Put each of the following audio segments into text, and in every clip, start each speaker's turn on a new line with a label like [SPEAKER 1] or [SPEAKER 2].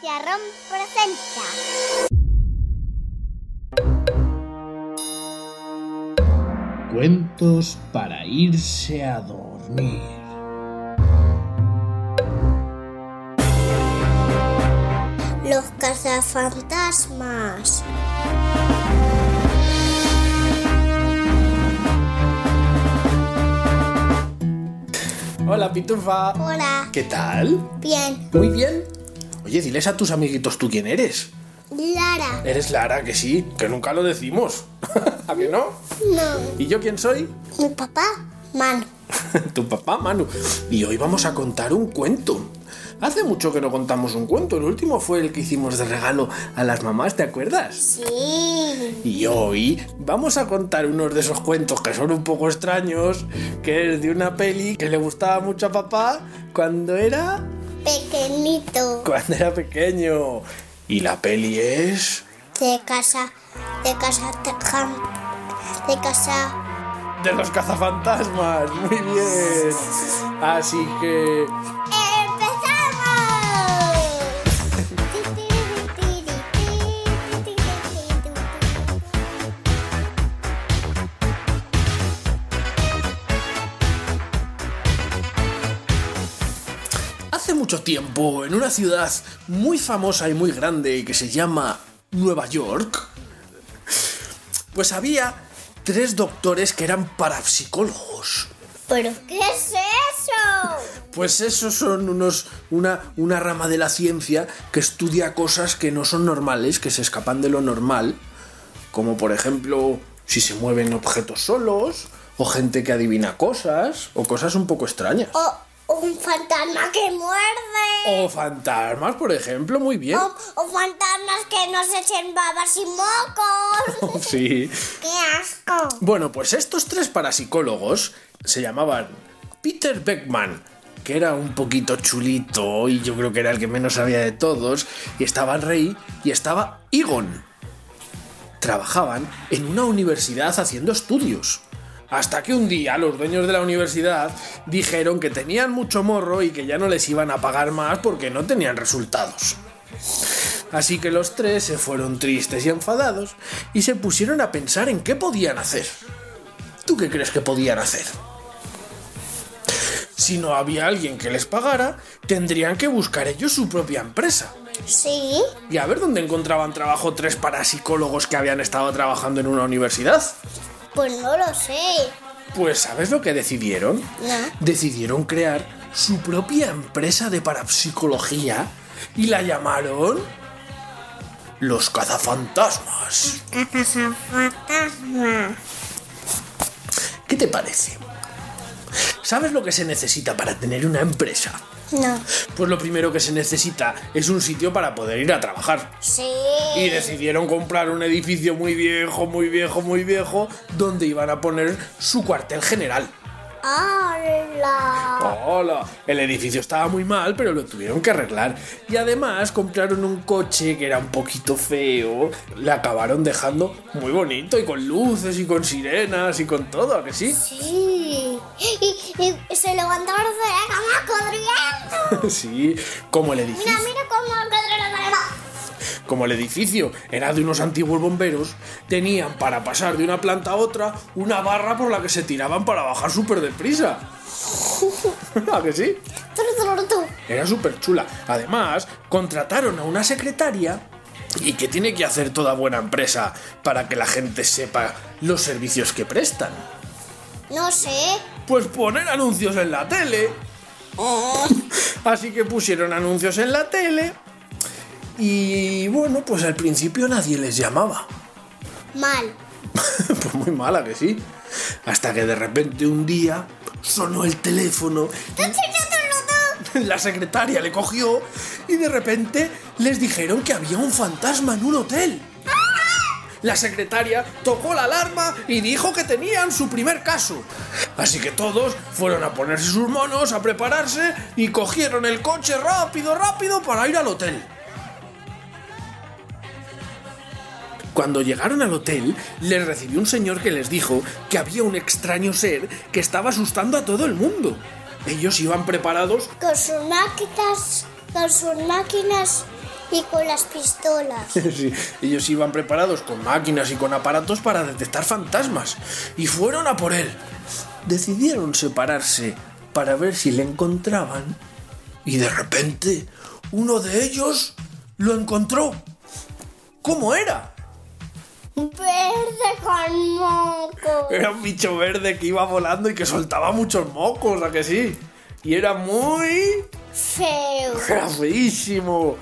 [SPEAKER 1] Villarrón presenta.
[SPEAKER 2] Cuentos para irse a dormir.
[SPEAKER 1] Los cazafantasmas.
[SPEAKER 2] Hola, Pitufa.
[SPEAKER 1] Hola.
[SPEAKER 2] ¿Qué tal?
[SPEAKER 1] Bien.
[SPEAKER 2] Muy bien. Oye, diles a tus amiguitos tú quién eres.
[SPEAKER 1] Lara.
[SPEAKER 2] Eres Lara, que sí, que nunca lo decimos. ¿A que no?
[SPEAKER 1] No.
[SPEAKER 2] ¿Y yo quién soy?
[SPEAKER 1] Mi papá. Manu.
[SPEAKER 2] tu papá, Manu. Y hoy vamos a contar un cuento. Hace mucho que no contamos un cuento. El último fue el que hicimos de regalo a las mamás, ¿te acuerdas?
[SPEAKER 1] Sí.
[SPEAKER 2] Y hoy vamos a contar unos de esos cuentos que son un poco extraños, que es de una peli que le gustaba mucho a papá cuando era
[SPEAKER 1] Pequeñito.
[SPEAKER 2] cuando era pequeño. Y la peli es
[SPEAKER 1] De casa. De casa. De casa.
[SPEAKER 2] de los cazafantasmas. Muy bien. Así que
[SPEAKER 1] ¡Empezamos!
[SPEAKER 2] hace mucho tiempo en una ciudad muy famosa y muy grande que se llama Nueva York, pues había tres doctores que eran parapsicólogos.
[SPEAKER 1] ¿Pero qué es eso?
[SPEAKER 2] Pues esos son unos, una, una rama de la ciencia que estudia cosas que no son normales, que se escapan de lo normal, como por ejemplo si se mueven objetos solos, o gente que adivina cosas, o cosas un poco extrañas.
[SPEAKER 1] O un fantasma que muerde.
[SPEAKER 2] O fantasmas, por ejemplo, muy bien.
[SPEAKER 1] O, o fantasmas que no se echen babas y mocos.
[SPEAKER 2] Sí.
[SPEAKER 1] ¡Qué asco!
[SPEAKER 2] Bueno, pues estos tres parapsicólogos se llamaban Peter Beckman, que era un poquito chulito y yo creo que era el que menos sabía de todos, y estaba el rey y estaba Egon. Trabajaban en una universidad haciendo estudios. Hasta que un día los dueños de la universidad dijeron que tenían mucho morro y que ya no les iban a pagar más porque no tenían resultados. Así que los tres se fueron tristes y enfadados y se pusieron a pensar en qué podían hacer. ¿Tú qué crees que podían hacer? Si no había alguien que les pagara, tendrían que buscar ellos su propia empresa.
[SPEAKER 1] Sí.
[SPEAKER 2] Y a ver dónde encontraban trabajo tres parapsicólogos que habían estado trabajando en una universidad.
[SPEAKER 1] Pues no lo sé.
[SPEAKER 2] Pues ¿sabes lo que decidieron?
[SPEAKER 1] No.
[SPEAKER 2] Decidieron crear su propia empresa de parapsicología y la llamaron Los Cazafantasmas.
[SPEAKER 1] Fantasma.
[SPEAKER 2] ¿Qué te parece? ¿Sabes lo que se necesita para tener una empresa?
[SPEAKER 1] No.
[SPEAKER 2] Pues lo primero que se necesita es un sitio para poder ir a trabajar.
[SPEAKER 1] Sí.
[SPEAKER 2] Y decidieron comprar un edificio muy viejo, muy viejo, muy viejo, donde iban a poner su cuartel general.
[SPEAKER 1] ¡Hola!
[SPEAKER 2] Hola, el edificio estaba muy mal, pero lo tuvieron que arreglar. Y además compraron un coche que era un poquito feo. Le acabaron dejando muy bonito y con luces y con sirenas y con todo, ¿a que sí?
[SPEAKER 1] Sí. Y, y se levantaron de la cama corriendo.
[SPEAKER 2] sí, como el edificio.
[SPEAKER 1] Mira, mira cómo corrieron de la cama.
[SPEAKER 2] Como el edificio era de unos antiguos bomberos, tenían para pasar de una planta a otra una barra por la que se tiraban para bajar súper deprisa. ¿A que sí?
[SPEAKER 1] Tru, tru, tru.
[SPEAKER 2] Era súper chula. Además, contrataron a una secretaria. ¿Y qué tiene que hacer toda buena empresa para que la gente sepa los servicios que prestan?
[SPEAKER 1] No sé.
[SPEAKER 2] Pues poner anuncios en la tele.
[SPEAKER 1] Oh.
[SPEAKER 2] Así que pusieron anuncios en la tele. Y bueno, pues al principio nadie les llamaba.
[SPEAKER 1] Mal.
[SPEAKER 2] pues muy mala que sí. Hasta que de repente un día sonó el teléfono, la secretaria le cogió y de repente les dijeron que había un fantasma en un hotel. La secretaria tocó la alarma y dijo que tenían su primer caso. Así que todos fueron a ponerse sus monos, a prepararse y cogieron el coche rápido, rápido para ir al hotel. Cuando llegaron al hotel, les recibió un señor que les dijo que había un extraño ser que estaba asustando a todo el mundo. Ellos iban preparados
[SPEAKER 1] Con sus máquinas con sus máquinas y con las pistolas.
[SPEAKER 2] Sí, ellos iban preparados con máquinas y con aparatos para detectar fantasmas y fueron a por él. Decidieron separarse para ver si le encontraban y de repente uno de ellos lo encontró. ¿Cómo era?
[SPEAKER 1] Verde con moco.
[SPEAKER 2] Era un bicho verde que iba volando y que soltaba muchos mocos, ¿a que sí? Y era muy...
[SPEAKER 1] Feo.
[SPEAKER 2] Era feísimo.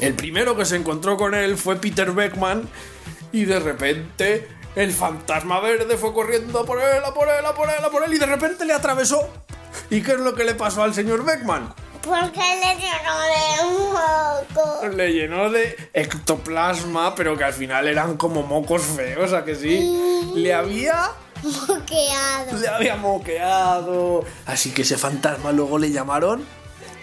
[SPEAKER 2] El primero que se encontró con él fue Peter Beckman y de repente el fantasma verde fue corriendo a por él, a por él, a por él, a por él y de repente le atravesó. ¿Y qué es lo que le pasó al señor Beckman?
[SPEAKER 1] Porque le llenó de moco.
[SPEAKER 2] Le llenó de ectoplasma, pero que al final eran como mocos feos, ¿a que sí? Le había
[SPEAKER 1] Moqueado.
[SPEAKER 2] le había moqueado. Así que ese fantasma luego le llamaron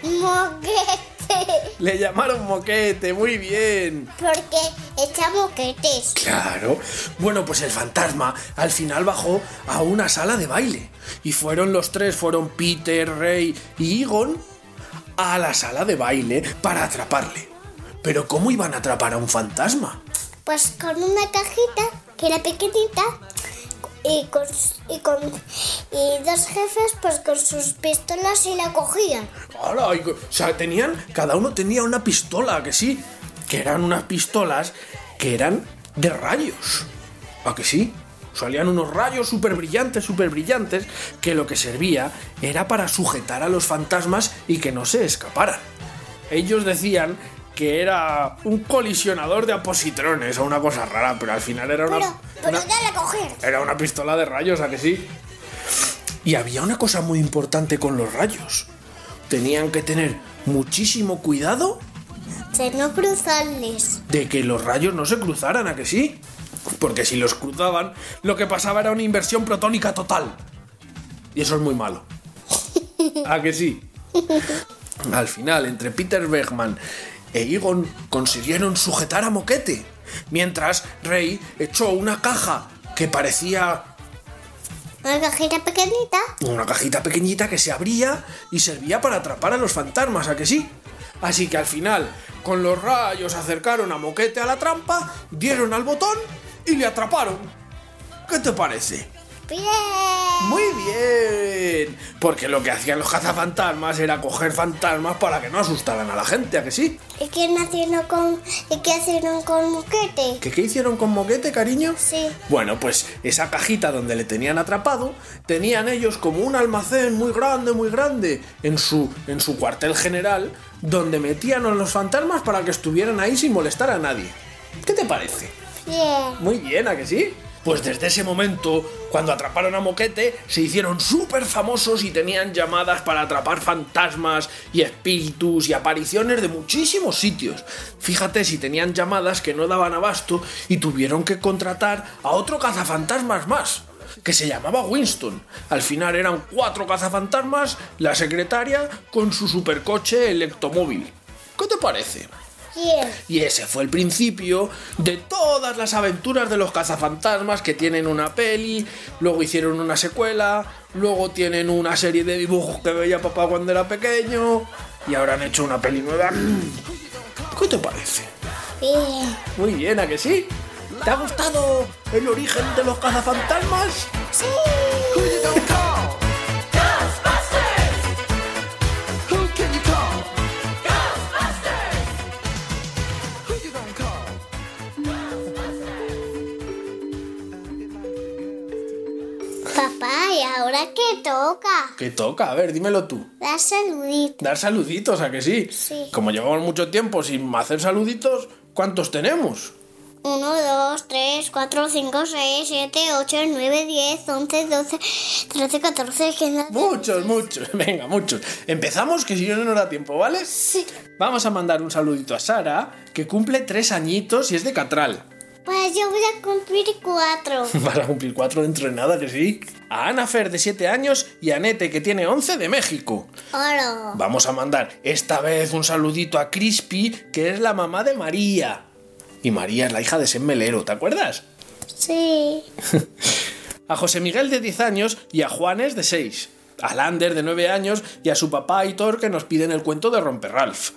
[SPEAKER 1] Moquete.
[SPEAKER 2] le llamaron moquete, muy bien.
[SPEAKER 1] Porque echa moquetes.
[SPEAKER 2] Claro. Bueno, pues el fantasma al final bajó a una sala de baile. Y fueron los tres, fueron Peter, Ray y Egon, a la sala de baile para atraparle. Pero ¿cómo iban a atrapar a un fantasma?
[SPEAKER 1] Pues con una cajita que era pequeñita y con, y con y dos jefes pues con sus pistolas y la cogían.
[SPEAKER 2] ¡Hala! Y co- O sea, tenían, cada uno tenía una pistola, que sí, que eran unas pistolas que eran de rayos. ¿A que sí? Salían unos rayos súper brillantes, súper brillantes, que lo que servía era para sujetar a los fantasmas y que no se escaparan. Ellos decían que era un colisionador de apositrones o una cosa rara, pero al final era una...
[SPEAKER 1] Pero, pero
[SPEAKER 2] una-
[SPEAKER 1] dale a coger.
[SPEAKER 2] era una pistola de rayos, ¿a que sí? Y había una cosa muy importante con los rayos. Tenían que tener muchísimo cuidado
[SPEAKER 1] De no cruzarles.
[SPEAKER 2] de que los rayos no se cruzaran, ¿a que sí? Porque si los cruzaban, lo que pasaba era una inversión protónica total. Y eso es muy malo. ¿A que sí? Al final, entre Peter Bergman e Egon consiguieron sujetar a Moquete, mientras Rey echó una caja que parecía
[SPEAKER 1] Una cajita pequeñita.
[SPEAKER 2] una cajita pequeñita que se abría y servía para atrapar a los fantasmas, ¿a que sí? Así que al final, con los rayos acercaron a Moquete a la trampa, dieron al botón y le atraparon. ¿Qué te parece?
[SPEAKER 1] Bien.
[SPEAKER 2] Muy bien. Porque lo que hacían los cazafantasmas era coger fantasmas para que no asustaran a la gente, ¿a que sí?
[SPEAKER 1] ¿Y qué hicieron con y qué hicieron con moquete?
[SPEAKER 2] ¿Qué, qué hicieron con Moquete, cariño?
[SPEAKER 1] Sí.
[SPEAKER 2] Bueno, pues esa cajita donde le tenían atrapado, tenían ellos como un almacén muy grande, muy grande, en su, en su cuartel general, donde metían a los fantasmas para que estuvieran ahí sin molestar a nadie. ¿Qué te parece?
[SPEAKER 1] Bien.
[SPEAKER 2] Muy bien, ¿a que sí? Pues desde ese momento, cuando atraparon a Moquete, se hicieron súper famosos y tenían llamadas para atrapar fantasmas y espíritus y apariciones de muchísimos sitios. Fíjate si tenían llamadas que no daban abasto y tuvieron que contratar a otro cazafantasmas más, que se llamaba Winston. Al final eran cuatro cazafantasmas, la secretaria con su supercoche electromóvil. ¿Qué te parece?
[SPEAKER 1] Bien.
[SPEAKER 2] Y ese fue el principio de todas las aventuras de los cazafantasmas que tienen una peli, luego hicieron una secuela, luego tienen una serie de dibujos que veía papá cuando era pequeño y ahora han hecho una peli nueva. ¿Qué te parece?
[SPEAKER 1] Bien.
[SPEAKER 2] Muy bien, ¿a que sí? ¿Te ha gustado el origen de los cazafantasmas?
[SPEAKER 1] Sí.
[SPEAKER 3] Who you gonna call? Ghostbusters! Who can you call? Ghostbusters! Who you gonna call?
[SPEAKER 1] Papá, ¿y ahora qué toca?
[SPEAKER 2] Que toca, a ver, dímelo tú.
[SPEAKER 1] Da saludito.
[SPEAKER 2] Dar saluditos, ¿a que sí?
[SPEAKER 1] Sí.
[SPEAKER 2] Como llevamos mucho tiempo sin hacer saluditos, ¿cuántos tenemos?
[SPEAKER 1] 1, 2, 3, 4, 5, 6, 7, 8, 9, 10, 11, 12, 13, 14, 15.
[SPEAKER 2] Muchos, muchos. Venga, muchos. Empezamos, que si no, no nos da tiempo, ¿vale?
[SPEAKER 1] Sí.
[SPEAKER 2] Vamos a mandar un saludito a Sara, que cumple tres añitos y es de Catral.
[SPEAKER 1] Pues yo voy a cumplir cuatro.
[SPEAKER 2] Para cumplir cuatro dentro de nada, que sí. A Ana Fer, de siete años, y a Nete, que tiene once, de México.
[SPEAKER 1] Oro.
[SPEAKER 2] Vamos a mandar esta vez un saludito a Crispy, que es la mamá de María. Y María es la hija de Sem Melero, ¿te acuerdas?
[SPEAKER 1] Sí.
[SPEAKER 2] A José Miguel, de 10 años, y a Juanes, de 6. a Lander de 9 años y a su papá Hitor que nos piden el cuento de Romper Ralph.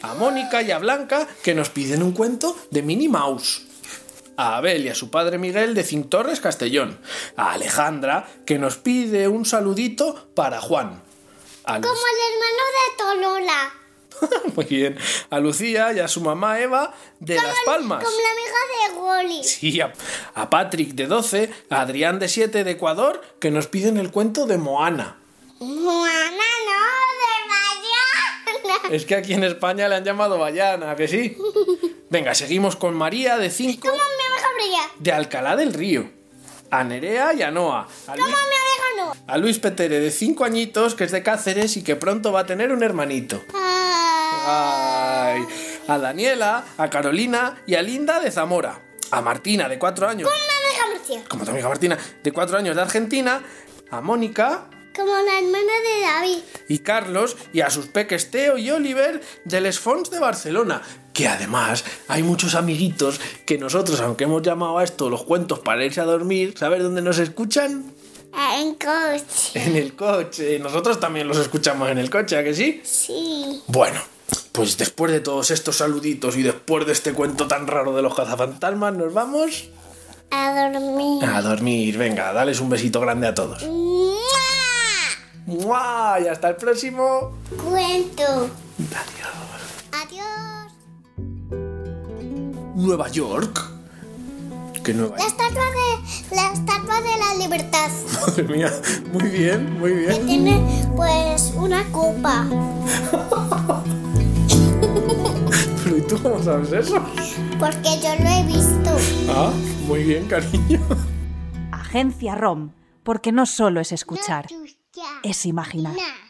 [SPEAKER 2] A Mónica y a Blanca que nos piden un cuento de Minnie Mouse. A Abel y a su padre Miguel de Cintorres Castellón. A Alejandra que nos pide un saludito para Juan. A Lu-
[SPEAKER 1] Como el hermano de Tolola.
[SPEAKER 2] Muy bien. A Lucía y a su mamá Eva de Las Palmas.
[SPEAKER 1] Como la amiga de Wally.
[SPEAKER 2] Sí, a, a Patrick de 12, a Adrián de 7 de Ecuador, que nos piden el cuento de Moana.
[SPEAKER 1] Juana, no, de Mariana.
[SPEAKER 2] Es que aquí en España le han llamado Bayana, ¿a que sí? Venga, seguimos con María de 5
[SPEAKER 1] Como mi oreja brilla.
[SPEAKER 2] de Alcalá del Río. A Nerea y a Noa. A Luis,
[SPEAKER 1] Como mi oreja no.
[SPEAKER 2] a Luis Petere de 5 añitos, que es de Cáceres y que pronto va a tener un hermanito.
[SPEAKER 1] Ah,
[SPEAKER 2] Ay. A Daniela, a Carolina y a Linda de Zamora. A Martina de 4 años,
[SPEAKER 1] Como mi oreja murcia.
[SPEAKER 2] como tu amiga Martina, de 4 años de Argentina. A Mónica,
[SPEAKER 1] Como la hermana de David.
[SPEAKER 2] y Carlos y a sus peques Teo y Oliver de Les Fonts de Barcelona. Que además hay muchos amiguitos que nosotros, aunque hemos llamado a esto los cuentos para irse a dormir, ¿sabes dónde nos escuchan?
[SPEAKER 1] Ah, En coche.
[SPEAKER 2] En el coche. Nosotros también los escuchamos en el coche, ¿a que sí?
[SPEAKER 1] Sí.
[SPEAKER 2] Bueno, pues después de todos estos saluditos y después de este cuento tan raro de los cazafantasmas, nos vamos
[SPEAKER 1] A dormir.
[SPEAKER 2] a dormir. Venga, dales un besito grande a todos.
[SPEAKER 1] ¡Mua!
[SPEAKER 2] ¡Mua! Y hasta el próximo.
[SPEAKER 1] Cuento.
[SPEAKER 2] Adiós.
[SPEAKER 1] Adiós.
[SPEAKER 2] Nueva York. Que Nueva
[SPEAKER 1] La
[SPEAKER 2] York.
[SPEAKER 1] estatua de la estatua de la libertad.
[SPEAKER 2] Madre mía. Muy bien, muy
[SPEAKER 1] Que
[SPEAKER 2] bien.
[SPEAKER 1] tiene pues una copa.
[SPEAKER 2] Pero ¿y tú cómo sabes eso?
[SPEAKER 1] Porque yo lo he visto.
[SPEAKER 2] Ah, muy bien, cariño.
[SPEAKER 4] Agencia ROM, porque no solo es escuchar,
[SPEAKER 1] No, tú ya.
[SPEAKER 4] es imaginar.
[SPEAKER 1] Nah.